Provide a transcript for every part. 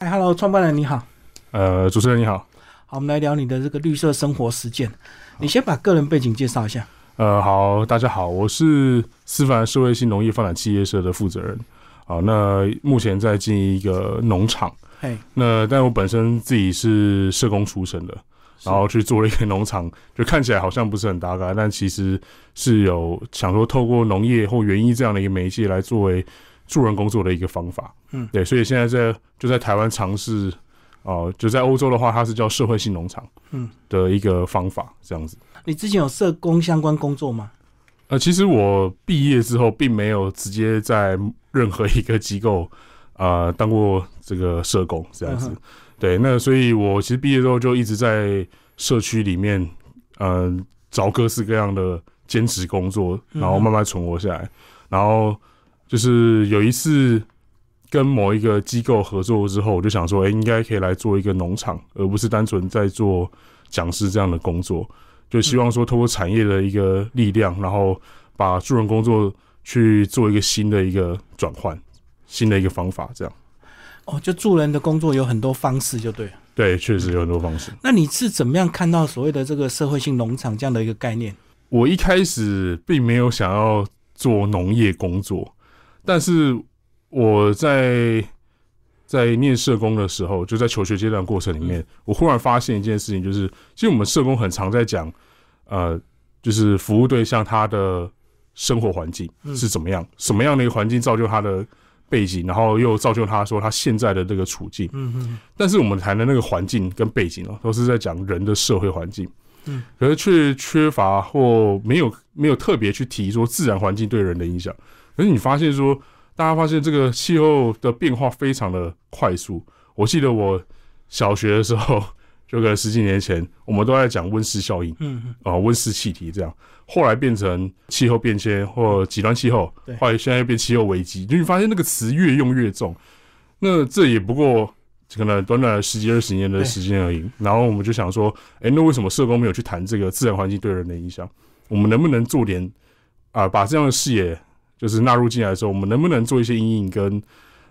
哎 Hello，创办人你好，呃，主持人你好，好，我们来聊你的这个绿色生活实践。你先把个人背景介绍一下。呃，好，大家好，我是思凡社会性农业发展企业社的负责人。好，那目前在经营一个农场，嘿，那但我本身自己是社工出身的，然后去做了一个农场，就看起来好像不是很搭嘎，但其实是有想说透过农业或园艺这样的一个媒介来作为助人工作的一个方法。嗯对，所以现在在就在台湾尝试，哦、就在欧洲的话，它是叫社会性农场，嗯，的一个方法这样子。你之前有社工相关工作吗？呃，其实我毕业之后并没有直接在任何一个机构呃当过这个社工这样子。嗯哼对，那所以我其实毕业之后就一直在社区里面，嗯、找各式各样的兼职工作，然后嗯哼慢慢存活下来。然后就是有一次跟某一个机构合作之后，我就想说，哎、应该可以来做一个农场，而不是单纯在做讲师这样的工作。就希望说，通过产业的一个力量，然后把助人工作去做一个新的一个转换，新的一个方法，这样。哦，就助人的工作有很多方式，就对了。对，确实有很多方式。那你是怎么样看到所谓的这个社会性农场这样的一个概念？我一开始并没有想要做农业工作，但是我在在念社工的时候，就在求学阶段过程里面，我忽然发现一件事情，就是其实我们社工很常在讲，呃，就是服务对象他的生活环境嗯是怎么样，什么样的一个环境造就他的背景，然后又造就他说他现在的这个处境。嗯嗯但是我们谈的那个环境跟背景哦，都是在讲人的社会环境，嗯，可是却缺乏或没有没有特别去提说自然环境对人的影响。可是你发现说，大家发现这个气候的变化非常的快速。我记得我小学的时候， 就可能十几年前，我们都在讲温室效应。嗯嗯，啊、温室气体这样，后来变成气候变迁或极端气候对，后来现在又变气候危机，就你发现那个词越用越重。那这也不过可能短短的十几二十年的对时间而已。然后我们就想说，哎、那为什么社工没有去谈这个自然环境对人的影响？我们能不能做点啊、把这样的视野就是纳入进来的时候，我们能不能做一些阴影跟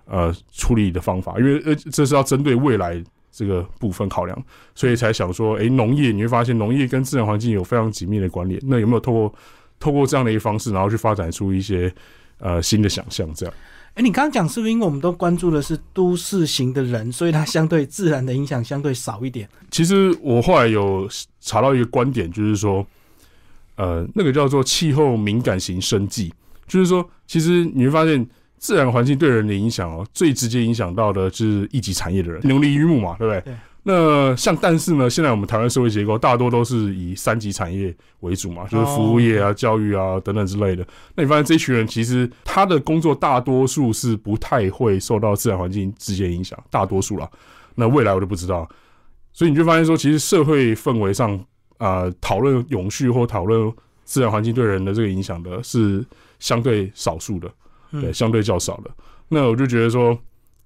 呃处理的方法？因为呃，这是要针对未来这个部分考量，所以才想说，诶，农业你会发现农业跟自然环境有非常紧密的关联。那有没有透过透过这样的一个方式，然后去发展出一些呃新的想象？这样哎，你刚刚讲是不是因为我们都关注的是都市型的人，所以它相对自然的影响相对少一点？其实我后来有查到一个观点，就是说，呃，那个叫做气候敏感型生计，就是说，其实你会发现自然环境对人的影响哦，最直接影响到的是一级产业的人，牛犁渔牧嘛，对不对？对那像但是呢，现在我们台湾社会结构大多都是以三级产业为主嘛，就是服务业啊、教育啊等等之类的。那你发现这群人其实他的工作大多数是不太会受到自然环境直接影响，大多数啦。那未来我就不知道，所以你就发现说，其实社会氛围上，呃，讨论永续或讨论自然环境对人的这个影响的是相对少数的，嗯对，相对较少的。那我就觉得说，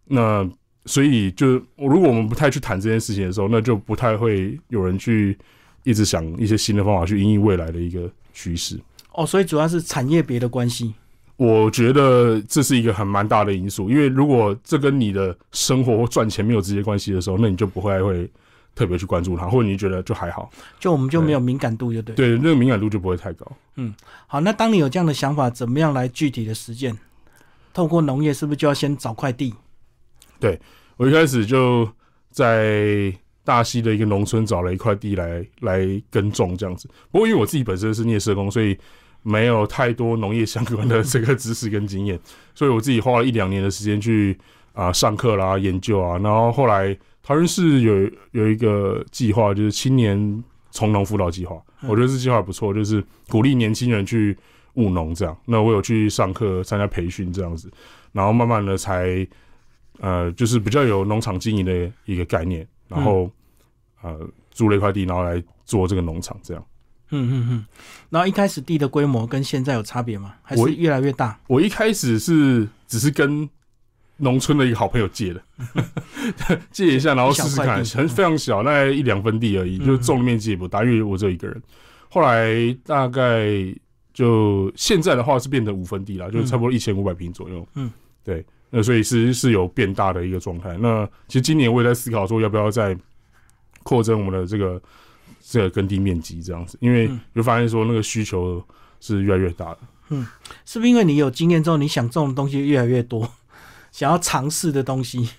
那所以就如果我们不太去谈这件事情的时候，那就不太会有人去一直想一些新的方法去应应未来的一个趋势。哦，所以主要是产业别的关系。我觉得这是一个很蛮大的因素，因为如果这跟你的生活或赚钱没有直接关系的时候，那你就不会会特别去关注它，或者你觉得就还好，就我们就对没有敏感度，就对。对那个敏感度就不会太高。好，那当你有这样的想法，怎么样来具体的实践？透过农业是不是就要先找块地？我一开始就在大溪的一个农村找了一块地来来耕种这样子。不过因为我自己本身是念社工，所以没有太多农业相关的这个知识跟经验，所以我自己花了一两年的时间去啊、上课啦、研究啊，然后后来桃园市有有一个计划，就是青年从农辅导计划，嗯我觉得这计划不错，就是鼓励年轻人去务农这样。那我有去上课、参加培训这样子，然后慢慢的才呃，就是比较有农场经营的一个概念，然后、呃租了一块地，然后来做这个农场这样。嗯嗯嗯。然后一开始地的规模跟现在有差别吗？还我是越来越大？我一开始是只是跟农村的一个好朋友借的， 借一下，然后试试看，一小块很地非常小，大概一两分地而已，嗯就种面积也不大，因为我只有一个人。后来大概就现在的话是变成五分地了，就是差不多一千五百平左右。嗯，对。那所以是是有变大的一个状态。那其实今年我也在思考说，要不要再扩增我们的这个这个耕地面积这样子，因为嗯就发现说那个需求是越来越大的。是不是因为你有经验之后，你想种的东西越来越多， 想要尝试的东西？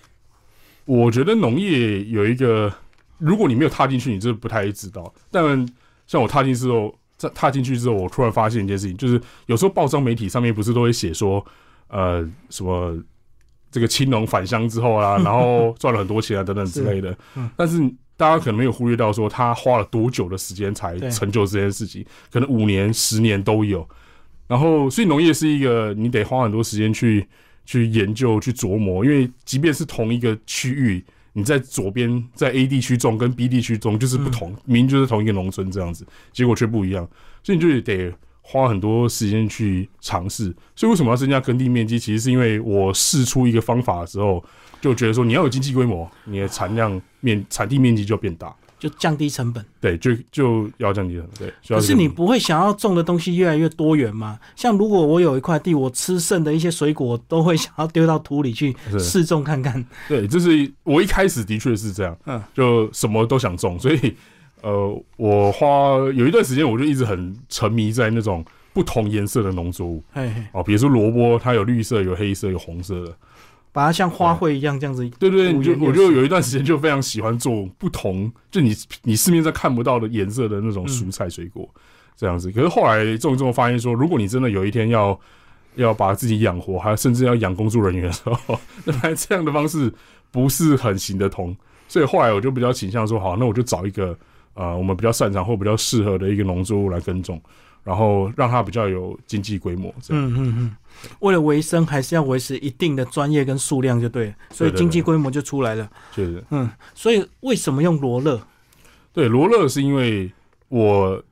我觉得农业有一个，如果你没有踏进去，你真的不太知道。但像我踏进之后，在踏进去之后，我突然发现一件事情，就是有时候报章媒体上面不是都会写说，呃，什么这个青农返乡之后啊，然后赚了很多钱啊等等之类的。嗯但是大家可能没有忽略到说，他花了多久的时间才对成就这件事情，可能五年、十年都有。然后，所以农业是一个你得花很多时间去去研究、去琢磨，因为即便是同一个区域，你在左边在 A 地区种跟 B 地区种就是不同，嗯明明就是同一个农村这样子，结果却不一样，所以你就得花很多时间去尝试。所以为什么要增加耕地面积？其实是因为我试出一个方法的时候，就觉得说你要有经济规模，你的产量面产地面积就要变大，就降低成本，对，就就要降低了，对。就可要是这个你不会想要种的东西越来越多元吗？像如果我有一块地，我吃剩的一些水果，我都会想要丢到土里去是试种看看。 对，就是我一开始的确是这样，嗯就什么都想种，所以呃，我花有一段时间我就一直很沉迷在那种不同颜色的农作物嘿嘿，哦，比如说萝卜，它有绿色、有黑色、有红色的，把它像花卉一样这样子，对对，五你就颜六我就色有一段时间就非常喜欢做不同，就你你市面上看不到的颜色的那种蔬菜水果、这样子。可是后来种一种发现说，如果你真的有一天要要把自己养活，还甚至要养工作人员的时候， 那发现这样的方式不是很行得通。所以后来我就比较倾向说，好，那我就找一个呃我们比较擅长或比较适合的一个农作物来耕种，然后让它比较有经济规模这样。嗯嗯嗯，为了维生还是要维持一定的专业跟数量就对了，所以对对经济规模就出来了。就是嗯，所以为什么用罗勒？对，罗勒是因为我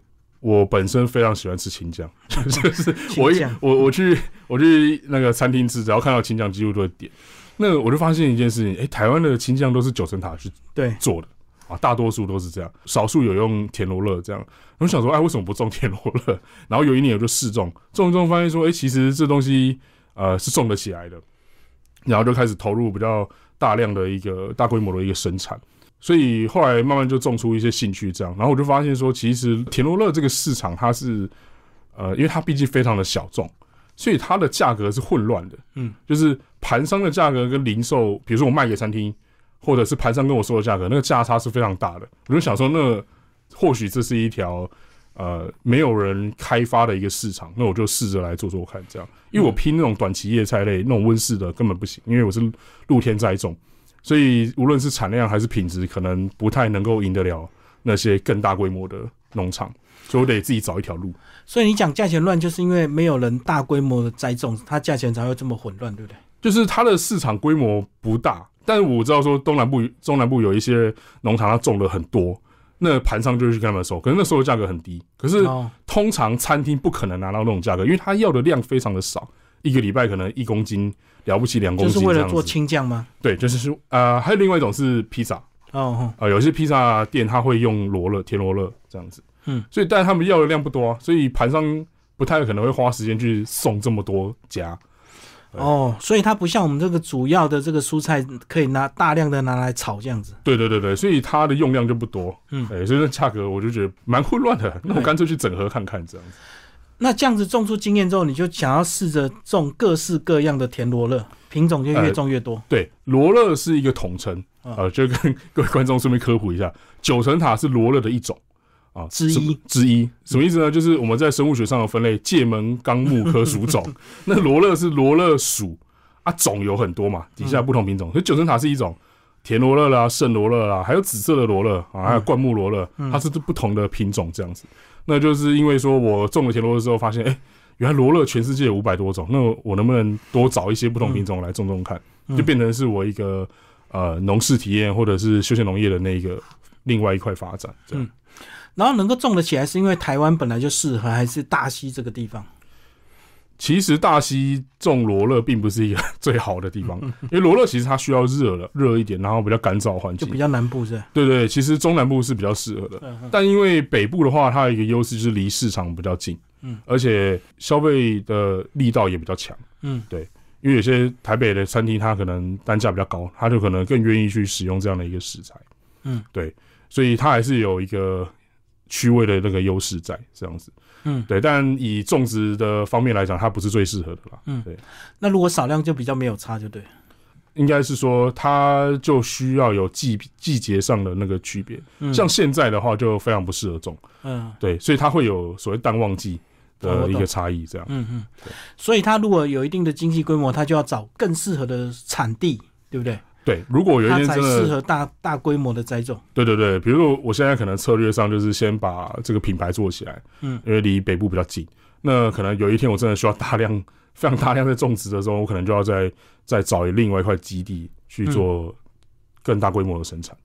我本身非常喜欢吃青酱， 就是我一青酱我我去我去那个餐厅吃，只要看到青酱，几乎都会点。那我就发现一件事情，诶，台湾的青酱都是九层塔去对，做的啊，大多数都是这样，少数有用田螺乐这样。我想说，哎，为什么不种田螺乐？ 然后有一年我就试种，种一种发现说，哎、其实这东西呃是种得起来的，然后就开始投入比较大量的一个大规模的一个生产。所以后来慢慢就种出一些兴趣，这样，然后我就发现说，其实田螺乐这个市场它是，呃，因为它毕竟非常的小众，所以它的价格是混乱的，嗯，就是盘商的价格跟零售，比如说我卖给餐厅，或者是盘商跟我说的价格，那个价差是非常大的。我就想说，那或许这是一条呃没有人开发的一个市场，那我就试着来做做看，这样。因为我拼那种短期叶菜类、那种温室的根本不行，因为我是露天栽种，所以无论是产量还是品质，可能不太能够赢得了那些更大规模的农场，所以我得自己找一条路。所以你讲价钱乱，就是因为没有人大规模的栽种，它价钱才会这么混乱，对不对？就是它的市场规模不大，但是我知道说东南部中南部有一些农场，它种了很多，那盘商就会去跟他们收，可是那时候价格很低，可是哦，通常餐厅不可能拿到那种价格，因为它要的量非常的少，一个礼拜可能一公斤，了不起两公就是斤这为样了子。做青酱吗？对，就是说呃，还有另外一种是披萨，哦哦，啊，有些披萨店它会用罗勒、田罗勒这样子，嗯，所以但他们要的量不多啊，所以盘商不太可能会花时间去送这么多家，对哦，所以它不像我们这个主要的这个蔬菜可以拿大量的拿来炒这样子。对对对对，所以它的用量就不多，嗯哎、所以那价格我就觉得蛮混乱的， 那我干脆去整合看看这样子。那这样子种出经验之后，你就想要试着种各式各样的田螺乐品种，就呃越种越多。对，罗勒是一个统称，嗯呃，就跟 各位观众顺便科普一下，九层塔是罗勒的一种啊，之一什么之一，什么意思呢？就是我们在生物学上的分类，界门纲目科 属种，那罗勒是罗勒属啊，种有很多嘛，底下不同品种，所以九层塔是一种。田罗勒啦、圣罗勒啦，还有紫色的罗勒嗯啊，还有灌木罗勒，它是不同的品种这样子。那就是因为说我种了田螺的时候，发现哎、诶原来罗勒全世界有五百多种，那我能不能多找一些不同品种来种种看？嗯就变成是我一个呃农事体验或者是休闲农业的那个另外一块发展。这样、嗯然后能够种得起来，是因为台湾本来就适合，还是大溪这个地方？其实大溪种罗勒并不是一个 最好的地方，嗯因为罗勒其实它需要热了热一点，然后比较干燥环就境比。较南部是吧？对对，其实中南部是比较适合的。嗯嗯但因为北部的话，它有一个优势就是离市场比较近，嗯，而且消费的力道也比较强。嗯，因为有些台北的餐厅它可能单价比较高，它就可能更愿意去使用这样的一个食材。嗯，对，所以它还是有一个区位的那个优势在这样子。嗯对，但以种植的方面来讲，它不是最适合的啦。那如果少量就比较没有差，就对。应该是说，它就需要有季季节上的那个区别。嗯，像现在的话，就非常不适合种。嗯对，所以它会有所谓淡旺季哦我的懂一个差异，这样。嗯嗯对，所以它如果有一定的经济规模，它就要找更适合的产地，对不对？对，如果有一它天才真适的，合大大规模的栽种。对对对，比如说我现在可能策略上就是先把这个品牌做起来，嗯，因为离北部比较近。那可能有一天我真的需要大量、 非常大量在种植的时候，我可能就要再再找另外一块基地去嗯做更大规模的生产。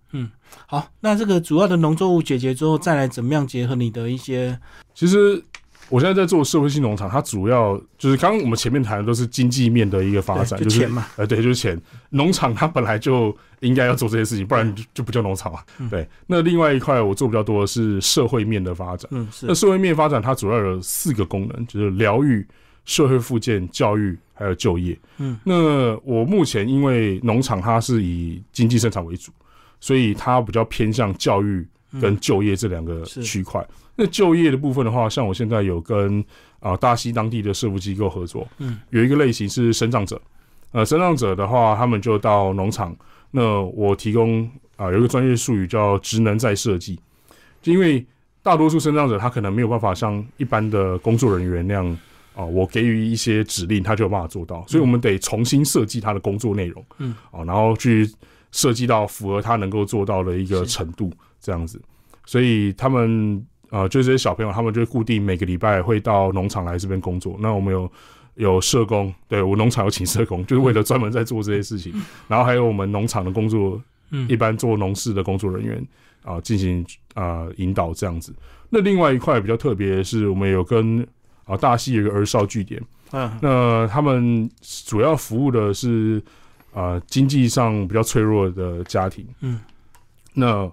好，那这个主要的农作物解决之后，再来怎么样结合你的一些其实我现在在做社会性农场，它主要就是刚刚我们前面谈的都是经济面的一个发展，对就就是钱嘛？呃，对，就是钱。农场它本来就应该要做这些事情，不然就就不叫农场嘛。嗯对，那另外一块我做比较多的是社会面的发展。嗯，是那，社会面发展它主要有四个功能，就是疗愈、社会复健、教育还有就业。嗯那我目前因为农场它是以经济生产为主，所以它比较偏向教育跟嗯就业这两个是区块。那就业的部分的话，像我现在有跟啊、大溪当地的社福机构合作，嗯，有一个类型是生长者，呃，生长者的话，他们就到农场，那我提供啊、有一个专业术语叫职能再设计，就因为大多数生长者他可能没有办法像一般的工作人员那样。啊、我给予一些指令，他就有办法做到，所以我们得重新设计他的工作内容，嗯，啊、然后去设计到符合他能够做到的一个是程度，这样子。所以他们呃，就这些小朋友，他们就固定每个礼拜会到农场来这边工作。那我们有有社工，对我农场有请社工，就是为了专门在做这些事情。然后还有我们农场的工作，嗯一般做农事的工作人员啊、进行啊、引导这样子。那另外一块比较特别的是，我们有跟啊、大溪有一个儿少据点，嗯那他们主要服务的是呃经济上比较脆弱的家庭。嗯，那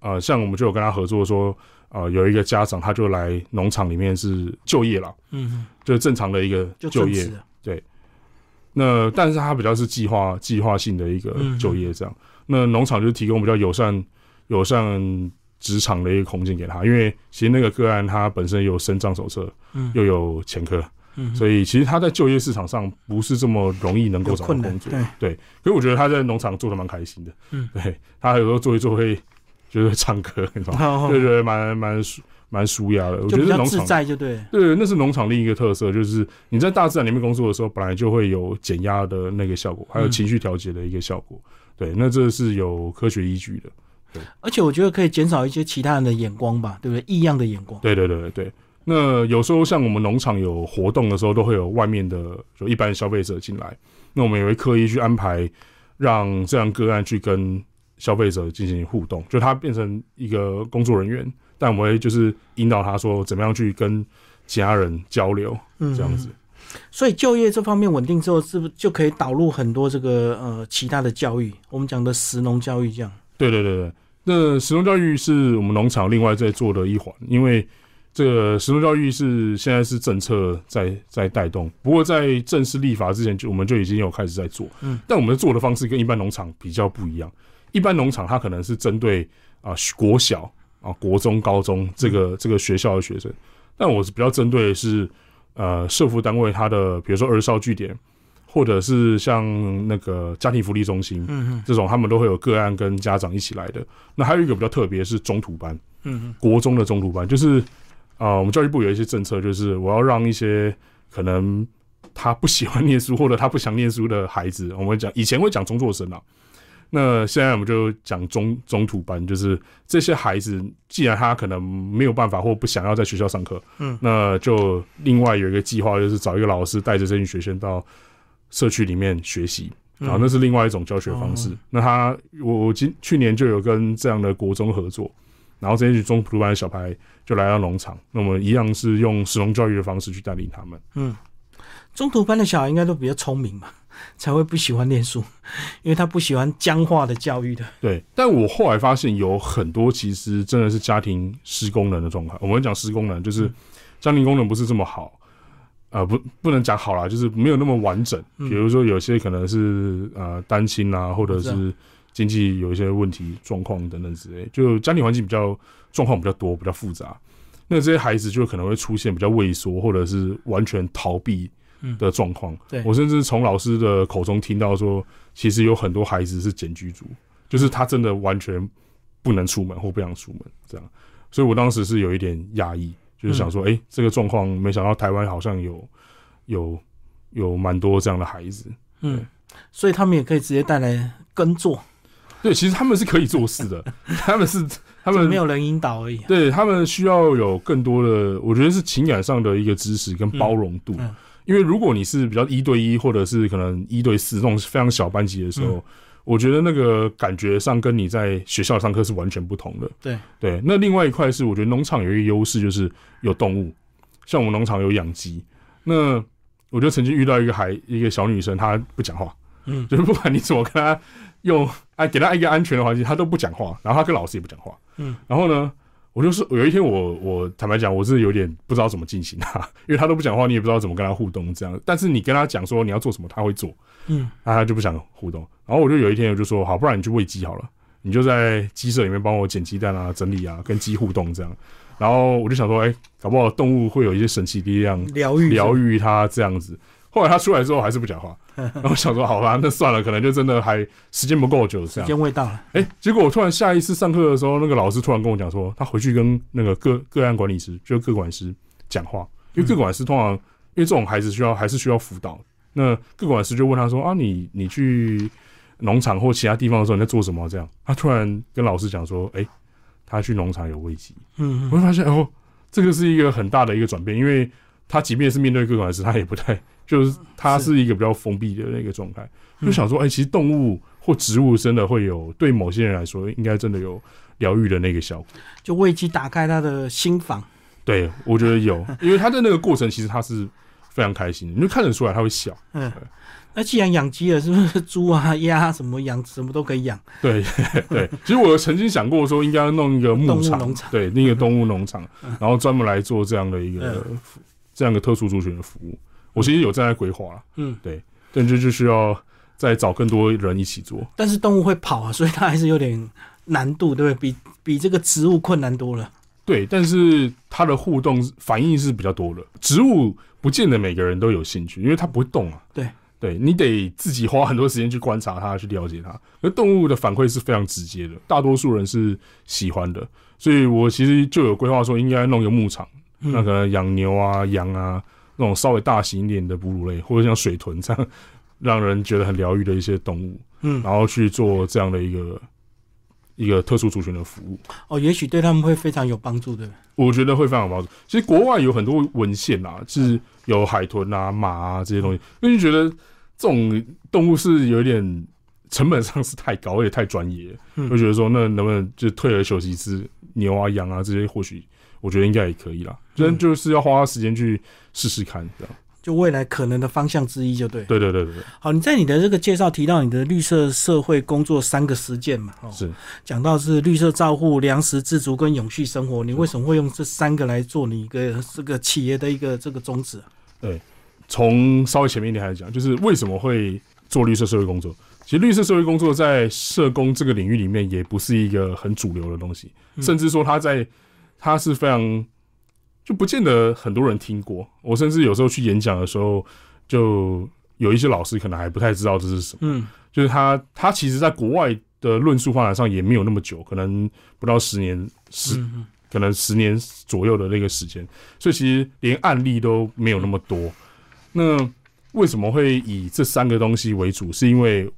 呃，像我们就有跟他合作说，呃，有一个家长他就来农场里面是就业了，嗯，就是正常的一个就就正业职。了。那但是它比较是计划计划性的一个嗯就业这样。那农场就提供比较友善友善职场的一个空间给他，因为其实那个个案他本身有身障手册，嗯，又有前科，嗯所以以其实他在就业市场上不是这么容易能够有找到困难工，作。对，可是我觉得他在农场做的蛮开心的，嗯对他有时候做一做会就是会唱歌，你知道吗？ 好，就觉得蛮蛮舒蛮舒压的。我觉哦就得比较农自场在，就对。对，那是农场另一个特色，就是你在大自然里面工作的时候，本来就会有减压的那个效果，还有嗯情绪调节的一个效果。对，那这是有科学依据的。而且我觉得可以减少一些其他人的眼光吧，对不对？异样的眼光。对对对对。那有时候像我们农场有活动的时候，都会有外面的就一般消费者进来，那我们也会刻意去安排，让这样个案去跟消费者进行互动，就他变成一个工作人员，但我会就是引导他说怎么样去跟其他人交流嗯，这样子。所以就业这方面稳定之后，是不是就可以导入很多这个呃其他的教育？我们讲的食农教育这样。对对对对，那食农教育是我们农场另外在做的一环，因为这个食农教育是现在是政策在在带动，不过在正式立法之前就我们就已经有开始在做，嗯，但我们做的方式跟一般农场比较不一样，一般农场它可能是针对啊、国小啊国中高中这个这个学校的学生，但我是比较针对的是呃社服单位它的比如说儿少据点，或者是像那个家庭福利中心，嗯这种他们都会有个案跟家长一起来的。那还有一个比较特别是中途班，嗯嗯国中的中途班，就是啊、呃我们教育部有一些政策，就是我要让一些可能他不喜欢念书或者他不想念书的孩子， 我们讲以前会讲中辍生啊，那现在我们就讲中中途班，就是这些孩子既然他可能没有办法或不想要在学校上课，嗯那就另外有一个计划，就是找一个老师带着这群学生到社区里面学习。嗯啊，那是另外一种教学方式。哦那他，我我今去年就有跟这样的国中合作，然后这些中途班的小孩就来到农场，那我们一样是用实农教育的方式去带领他们。嗯，中途班的小孩应该都比较聪明吧， 才会不喜欢念书， 因为他不喜欢僵化的教育的。对，但我后来发现有很多其实真的是家庭失功能的状况。我们讲失功能，就是嗯家庭功能不是这么好，呃，不，不能讲好啦，就是没有那么完整。嗯比如说，有些可能是呃单亲啊，或者我知是经济有一些问题、状况等等之类，就家庭环境比较状况比较多、比较复杂。那这些孩子就可能会出现比较畏缩，或者是完全逃避嗯的状况。对我甚至从老师的口中听到说，其实有很多孩子是简居族，就是他真的完全不能出门或不想出门这样。所以我当时是有一点压抑，就是想说，哎、这个状况，没想到台湾好像有有有蛮多这样的孩子。嗯，所以他们也可以直接带来耕作，对，其实他们是可以做事的， 他们是他就们没有人引导而已。对他们需要有更多的，我觉得是情感上的一个支持跟包容度。嗯嗯因为如果你是比较一对一，或者是可能一对四那种非常小班级的时候，嗯我觉得那个感觉上跟你在学校上课是完全不同的。对对，那另外一块是我觉得农场有一个优势就是有动物，像我们农场有养鸡。那我就曾经遇到一个孩一个小女生，她不讲话，嗯，就是不管你怎么跟他用，哎，给他一个安全的环境，他都不讲话，然后他跟老师也不讲话，嗯，然后呢，我就是有一天我我坦白讲，我是有点不知道怎么进行他， 因为他都不讲话，你也不知道怎么跟他互动这样，但是你跟他讲说你要做什么，他会做，嗯，那他就不想互动，然后我就有一天我就说，好，不然你去喂鸡好了，你就在鸡舍里面帮我捡鸡蛋啊、整理啊、跟鸡互动这样，然后我就想说，哎，搞不好动物会有一些神奇力量疗愈嗯 疗愈他这样子。后来他出来之后还是不讲话，然后我想说好吧，那算了，可能就真的还时间不够久这时样。间未到了，哎、结果我突然下一次上课的时候，那个老师突然跟我讲说，他回去跟那个个个案管理师，就是个管师讲话，因为个管师通常因为这种孩子需要还是需要辅导，那个管师就问他说啊，你你去农场或其他地方的时候你在做什么？这样，他突然跟老师讲说，哎、他去农场有危机。嗯嗯我会发现哦，这个是一个很大的一个转变，因为他即便是面对各种老师，他也不太 就是他是一个比较封闭的那个状态，嗯就想说，哎、其实动物或植物真的会有对某些人来说，应该真的有疗愈的那个效果。就为其打开他的心房。对，我觉得有， 因为他的那个过程其实他是非常开心的，你就看得出来他会笑。嗯，那既然养鸡了，是不是猪啊、鸭啊什么养什么都可以养？ 对对，其实我曾经想过说，应该要弄一个牧动场，物农场对，那个动物农场，嗯然后专门来做这样的一个、这样的特殊族群的服务。我其实有正在规划啦，嗯，但这就是要再找更多人一起做。但是动物会跑啊，所以它还是有点难度，对不对？比比这个植物困难多了。对，但是它的互动反应是比较多的。植物不见得每个人都有兴趣，因为它不会动啊。对，对你得自己花很多时间去观察它，去了解它。而动物的反馈是非常直接的，大多数人是喜欢的。所以我其实就有规划说，应该弄一个牧场，嗯那个养牛啊、羊啊，那种稍微大型一点的哺乳类，或者像水豚这样，让人觉得很疗愈的一些动物。嗯，然后去做这样的一个一个特殊族群的服务，哦，也许对他们会非常有帮助，对不对？我觉得会非常有帮助。其实国外有很多文献啊，嗯是有海豚啊、马啊这些东西，因为觉得这种动物是有一点成本上是太高，也太专业，嗯就觉得说那能不能就退而求其次，牛啊、羊啊这些，或许我觉得应该也可以啦。嗯但就是要花时间去试试看，这样。就未来可能的方向之一，就对。对对对对对，好，你在你的这个介绍提到你的绿色社会工作三个实践嘛，哦，是。讲到是绿色照护、粮食自足跟永续生活，你为什么会用这三个来做你一个这个企业的一个这个宗旨啊？从稍微前面一点开始讲，就是为什么会做绿色社会工作。其实绿色社会工作在社工这个领域里面也不是一个很主流的东西，嗯甚至说它在它是非常就不见得很多人听过。我甚至有时候去演讲的时候，就有一些老师可能还不太知道这是什么，嗯就是他他其实在国外的论述发展上也没有那么久，可能不到十年十嗯嗯可能十年左右的那个时间，所以其实连案例都没有那么多。那为什么会以这三个东西为主？是因为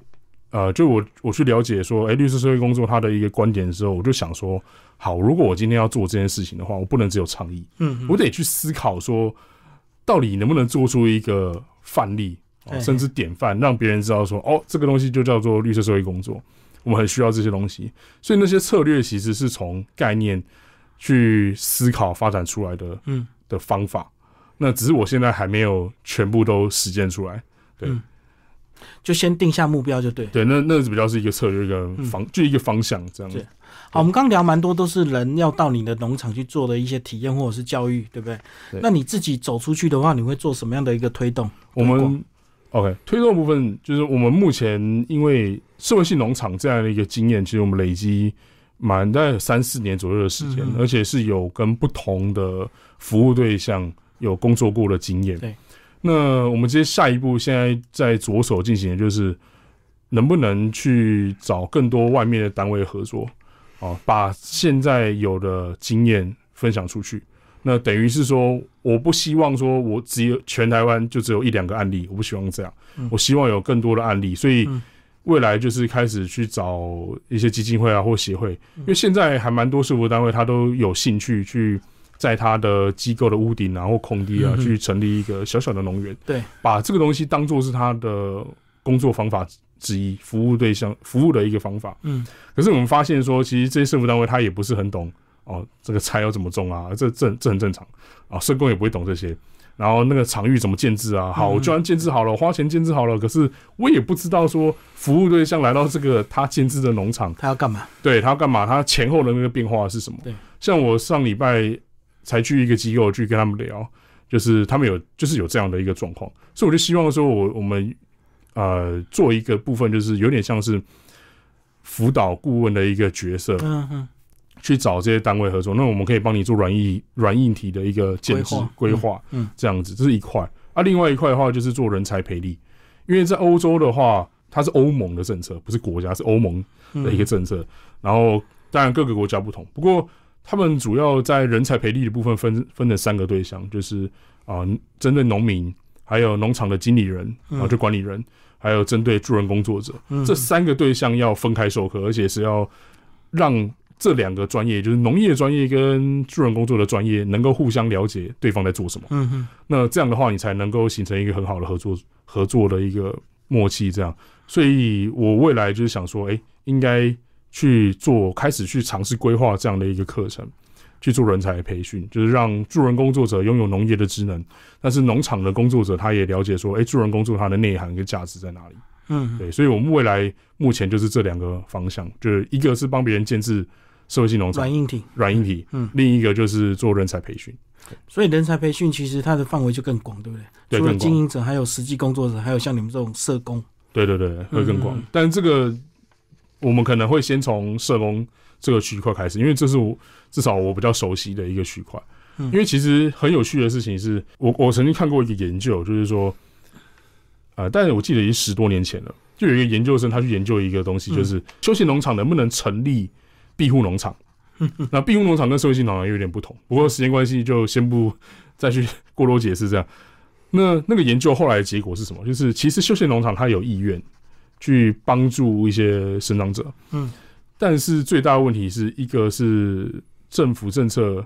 呃，就我我去了解说，哎、律师社会工作他的一个观点的时候，我就想说，好，如果我今天要做这件事情的话，我不能只有倡议，嗯我得去思考说，到底能不能做出一个范例，哦对甚至典范，让别人知道说，哦，这个东西就叫做绿色社会工作，我们很需要这些东西。所以那些策略其实是从概念去思考发展出来的嗯的方法。那只是我现在还没有全部都实践出来。对，嗯就先定下目标就对。对，那那比较是一个策略跟嗯方，就一个方向这样子对。好，我们刚聊蛮多都是人要到你的农场去做的一些体验或者是教育，对不对？对那你自己走出去的话，你会做什么样的一个推动？我推们广 OK 推动的部分就是我们目前因为社会性农场这样的一个经验，其实我们累积满大概有三四年左右的时间，嗯而且是有跟不同的服务对象有工作过的经验。对，那我们接下一步现在在着手进行的就是能不能去找更多外面的单位合作，哦、把现在有的经验分享出去。那等于是说，我不希望说我只有全台湾就只有一两个案例，我不希望这样，嗯我希望有更多的案例，所以嗯未来就是开始去找一些基金会啊或协会，嗯因为现在还蛮多社服单位他都有兴趣去在他的机构的屋顶啊或空地啊、嗯哼去成立一个小小的农园，对，把这个东西当做是他的工作方法之一，服务对象服务的一个方法，嗯，可是我们发现说，其实这些社服单位他也不是很懂哦，这个菜要怎么种啊，这这这很正常啊，社工也不会懂这些。然后那个场域怎么建制啊？好，嗯我就算建制好了，我花钱建制好了，可是我也不知道说服务对象来到这个他建制的农场，他要干嘛？对他要干嘛，他前后的那个变化是什么？对，像我上礼拜才去一个机构去跟他们聊，就是他们有就是有这样的一个状况，所以我就希望说我我们呃做一个部分，就是有点像是辅导顾问的一个角色，嗯嗯，去找这些单位合作，那我们可以帮你做软硬软硬体的一个建制规规划划，嗯嗯这样子，这是一块。啊，另外一块的话就是做人才培力，因为在欧洲的话，它是欧盟的政策，不是国家，是欧盟嗯的一个政策。然后当然各个国家不同，不过他们主要在人才培力的部分分分成三个对象，就是啊、针对农民，还有农场的经理人，嗯然后就管理人，还有针对助人工作者，嗯这三个对象要分开授课，而且是要让。这两个专业就是农业专业跟助人工作的专业，能够互相了解对方在做什么。嗯嗯那这样的话，你才能够形成一个很好的合作合作的一个默契。这样，所以我未来就是想说，哎、应该去做，开始去尝试规划这样的一个课程，去做人才培训，就是让助人工作者拥有农业的职能，但是农场的工作者他也了解说，哎、助人工作它的内涵跟价值在哪里。嗯，嗯对，所以我们未来目前就是这两个方向，就是一个是帮别人建制社会性农场软硬体。软硬体，嗯另一个就是做人才培训。所以人才培训其实它的范围就更广，对不对？对除了更广经营者，还有实际工作者，还有像你们这种社工。对对对，会更广。嗯但这个我们可能会先从社工这个区块开始，因为这是我至少我比较熟悉的一个区块。嗯因为其实很有趣的事情是我我曾经看过一个研究，就是说，呃，但是我记得已经十多年前了，就有一个研究生他去研究一个东嗯西，就是休闲农场能不能成立庇护 农场。那庇护农场跟社会性农场有点不同，不过时间关系就先不再去过多解释这样。那那个研究后来的结果是什么？就是其实休闲农场它有意愿去帮助一些生长者，嗯，但是最大的问题是一个是政府政策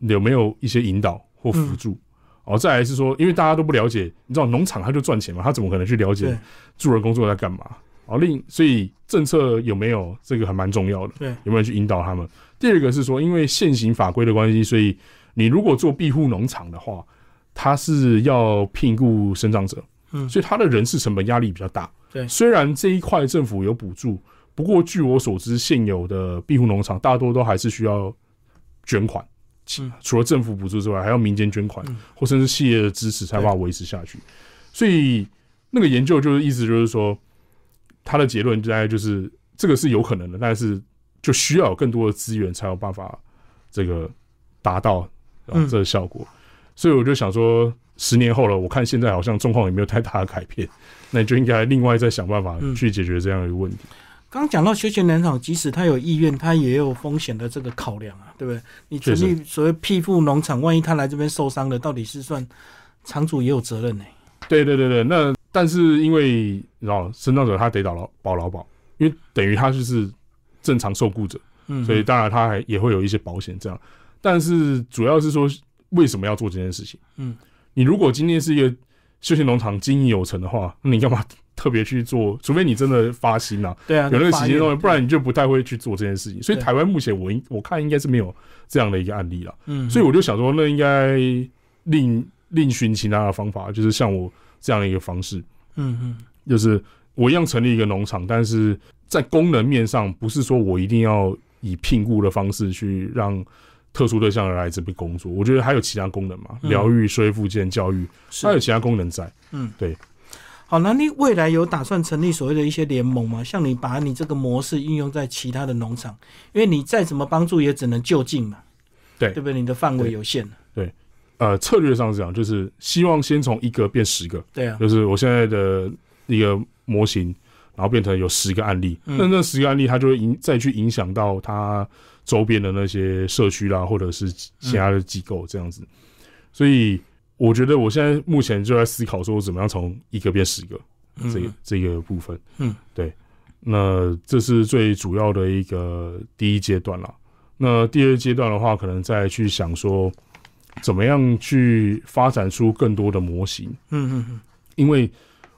有没有一些引导或辅嗯助。哦，再来是说，因为大家都不了解，你知道农场它就赚钱嘛，他怎么可能去了解对助人工作在干嘛？哦，另所以政策有没有这个还蛮重要的，对，有没有去引导他们？第二个是说，因为现行法规的关系，所以你如果做庇护农场的话，它是要聘雇生长者，嗯所以它的人事成本压力比较大。对虽然这一块政府有补助，不过据我所知，现有的庇护农场大多都还是需要捐款，其嗯除了政府补助之外，还要民间捐款、嗯或甚至企业的支持才把它维持下去。所以那个研究就是意思就是说，他的结论大概就是这个是有可能的，但是就需要有更多的资源才有办法这个达到啊、嗯这个效果。所以我就想说，十年后了，我看现在好像状况也没有太大的改变，那你就应该另外再想办法嗯去解决这样的一个问题。刚刚讲到休闲农场，即使他有意愿，他也有风险的这个考量啊，对不对？你成确实立所谓庇护农场，万一他来这边受伤了，到底是算场主也有责任呢、对对对对，那但是因为你知道，生长者他得保劳保劳保，因为等于他就是正常受雇者，嗯，所以当然他还也会有一些保险这样。但是主要是说，为什么要做这件事情？嗯，你如果今天是一个休闲农场经营有成的话，那你干嘛特别去做？除非你真的发心了、对啊，有那个法时间院段，不然你就不太会去做这件事情。所以对台湾目前我应我看应该是没有这样的一个案例了。嗯，所以我就想说，那应该另另寻其他的方法，就是像我这样的一个方式。嗯嗯，就是我一样成立一个农场，但是在功能面上，不是说我一定要以聘雇的方式去让特殊对象来这边工作。我觉得还有其他功能嘛，嗯疗愈、说复健、教育，是嗯它有其他功能在。好，那你未来有打算成立所谓的一些联盟吗？像你把你这个模式运用在其他的农场，因为你再怎么帮助也只能就近嘛，对对不对？你的范围对有限，呃，策略上是这样，就是希望先从一个变十个，对啊，就是我现在的一个模型，然后变成有十个案例，嗯那那十个案例它就会影再去影响到它周边的那些社区啦，或者是嗯其他的机构这样子。所以我觉得我现在目前就在思考，说我怎么样从一个变十个嗯这个、这个部分。嗯，对。那这是最主要的一个第一阶段啦。那第二阶段的话，可能再去想说，怎么样去发展出更多的模型。嗯嗯嗯，因为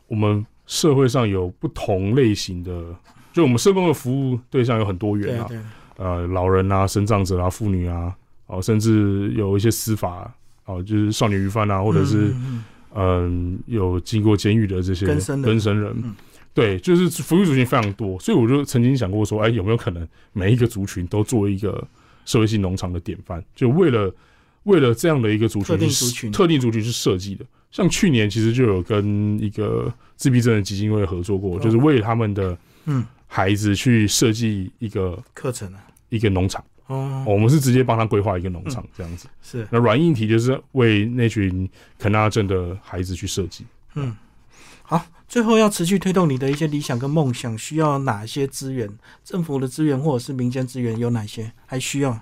我们社会上有不同类型的，就我们社工的服务对象有很多对元啊啊，对啊，呃，老人啊、生长者啊、妇女啊，哦、甚至有一些司法哦、就是少年鱼贩啊，或者是嗯嗯嗯、有经过监狱的这些更生人人嗯对，就是服务族群非常多，所以我就曾经想过说，哎，有没有可能每一个族群都做一个社会性农场的典范？就为了为了这样的一个族群特定去族群特定族群去设计的。像去年其实就有跟一个自闭症的基金会合作过，哦就是为他们的嗯孩子去设计一个课程啊，一个农场、哦，哦我们是直接帮他规划一个农嗯场这样子。是，那软硬体就是为那群肯纳镇的孩子去设计。嗯，好，最后要持续推动你的一些理想跟梦想，需要哪些资源？政府的资源或者是民间资源有哪些？还需要？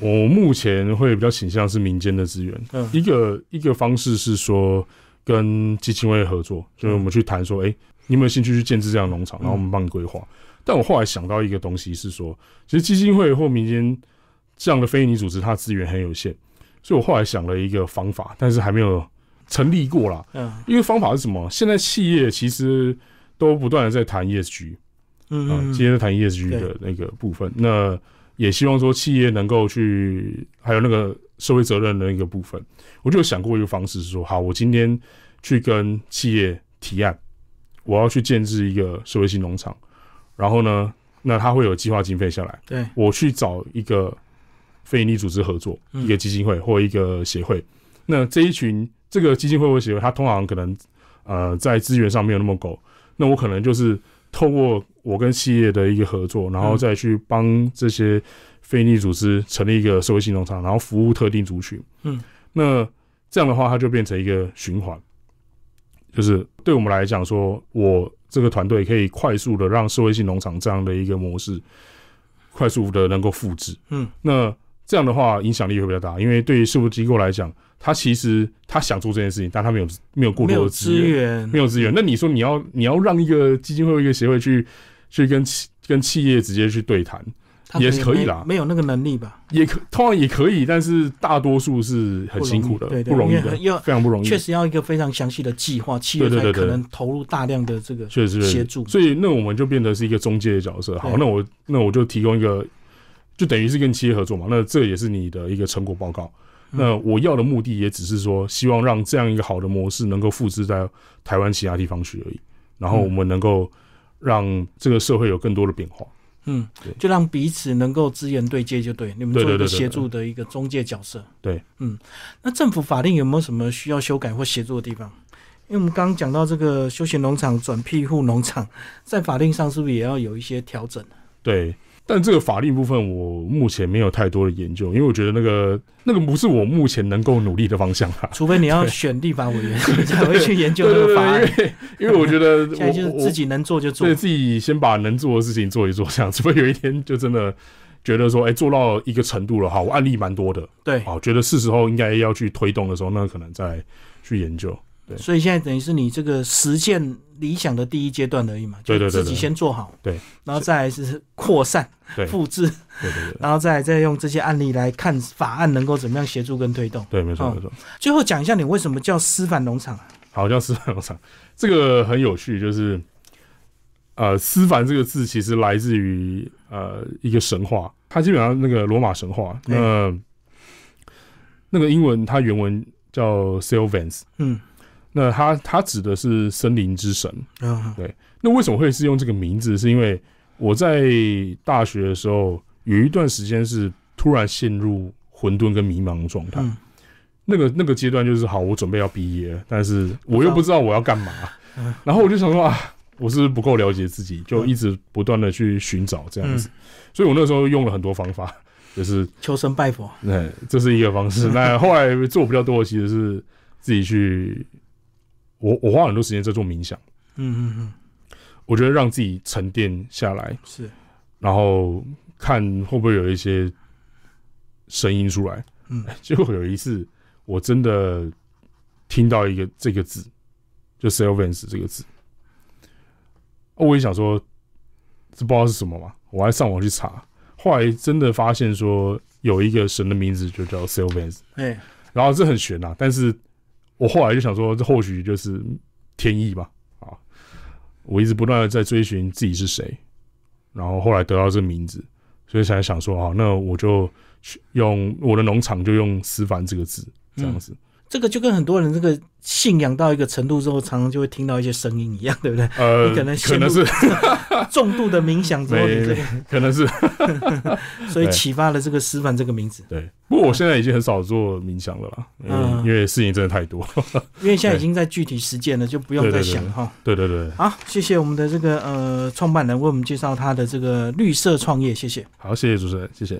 我目前会比较倾向是民间的资源，嗯一个一个方式是说跟基金会合作，就是我们去谈说，哎、你有没有兴趣去建制这样的农场，嗯然后我们帮你规划。但我后来想到一个东西是说，其实基金会或民间这样的非营利组织，它资源很有限，所以我后来想了一个方法，但是还没有成立过啦。嗯因为方法是什么？现在企业其实都不断的在谈 E ESG，嗯啊，嗯，今天在谈 ESG 对的那个部分，那也希望说企业能够去，还有那个社会责任的那个部分，我就有想过一个方式是说，好，我今天去跟企业提案，我要去建制一个社会性农场，然后呢，那他会有计划经费下来，对，我去找一个非营利组织合作，嗯一个基金会或一个协会。那这一群这个基金会或协会，它通常可能呃在资源上没有那么够，那我可能就是透过我跟企业的一个合作，然后嗯再去帮这些非营利组织成立一个社会性农场，然后服务特定族群。嗯，那这样的话，它就变成一个循环，就是对我们来讲说，我这个团队可以快速的让社会性农场这样的一个模式，快速的能够复制。嗯，那这样的话影响力会比较大，因为对于事务机构来讲，他其实他想做这件事情，但他没有没有过没多有的资资源，源，没有资源。那你说你要你要让一个基金会或一个协会去去跟企跟企业直接去对谈，他们也可以没啦没有那个能力吧？也可通常也可以，但是大多数是很辛苦的，不容易对对不容易因的为，要非常不容易确。实要一个非常详细的计划，企业对对才对可对能投入大量的这个确实协助所以那我们就变得是一个中介的角色。好，对那我那我就提供一个，就等于是跟企业合作嘛。那这也是你的一个成果报告。嗯那我要的目的也只是说，希望让这样一个好的模式能够复制在台湾其他地方去而已。然后我们能够让这个社会有更多的变化。嗯对，就让彼此能够资源对接，就对，你们做对一对个对对协助的一个中介角色。对，嗯，那政府法令有没有什么需要修改或协助的地方？因为我们刚刚讲到这个休闲农场转庇护农场， 在法令上是不是也要有一些调整？对，但这个法律部分我目前没有太多的研究，因为我觉得那个那个不是我目前能够努力的方向啊啦。除非你要选立法委员 你才会去研究对这个对 对法案。因为因为我觉得 现在就是我我自己能做就做所以。自己先把能做的事情做一做，这样，除非有一天就真的觉得说，哎、做到一个程度了，好，我案例蛮多的，对，好，觉得是时候应该要去推动的时候，那可能再去研究。对所以现在等于是你这个实践理想的第一阶段而已嘛，对对就对自对己先做好，对，然后再来是扩散、对复制，对对对，然后再来再用这些案例来看法案能够怎么样协助跟推动。对，没错嗯没错。最后讲一下你为什么叫私反农场啊？好像是农场，这个很有趣，就是呃，思凡这个字其实来自于呃一个神话，它基本上那个罗马神话，那、那个英文它原文叫 Silvans，嗯那他他指的是森林之神。嗯那为什么会是用这个名字？是因为我在大学的时候有一段时间是突然陷入混沌跟迷茫的状态。嗯那个那个阶段就是好，我准备要毕业了，但是我又不知道我要干嘛嗯，然后我就想说啊，我是不是不够了解自己，就一直不断的去寻找这样子，所以我那时候用了很多方法，就是求神拜佛，那这是一个方式。那后来做比较多的其实是自己去，我我花很多时间在做冥想，嗯嗯我觉得让自己沉淀下来嗯，，是，然后看会不会有一些声音出来。嗯 结果有一次，我真的听到一个这个字，就 “salvance” 这个字，哦我也想说，这不知道是什么嘛，我还上网去查，后来真的发现说有一个神的名字就叫 “salvance”，哎，然后这很悬呐、但是我后来就想说，这或许就是天意吧。啊，我一直不断的在追寻自己是谁，然后后来得到这名字，所以才想说，啊，那我就去用我的农场就用思凡这个字，这样子。这个就跟很多人这个信仰到一个程度之后，常常就会听到一些声音一样，对不 对？呃，嗯你可能陷可入能是重度的冥想之后，你这个可能是所以对启发了这个师范这个名字，对，不过我现在已经很少做冥想了啦，因为、嗯因为事情真的太多。因为现在已对经在具体实践了，就不用对再对想对哈。 对对对，好，谢谢我们的这个呃创办人为我们介绍他的这个绿色创业，谢谢。好，谢谢主持人，谢谢。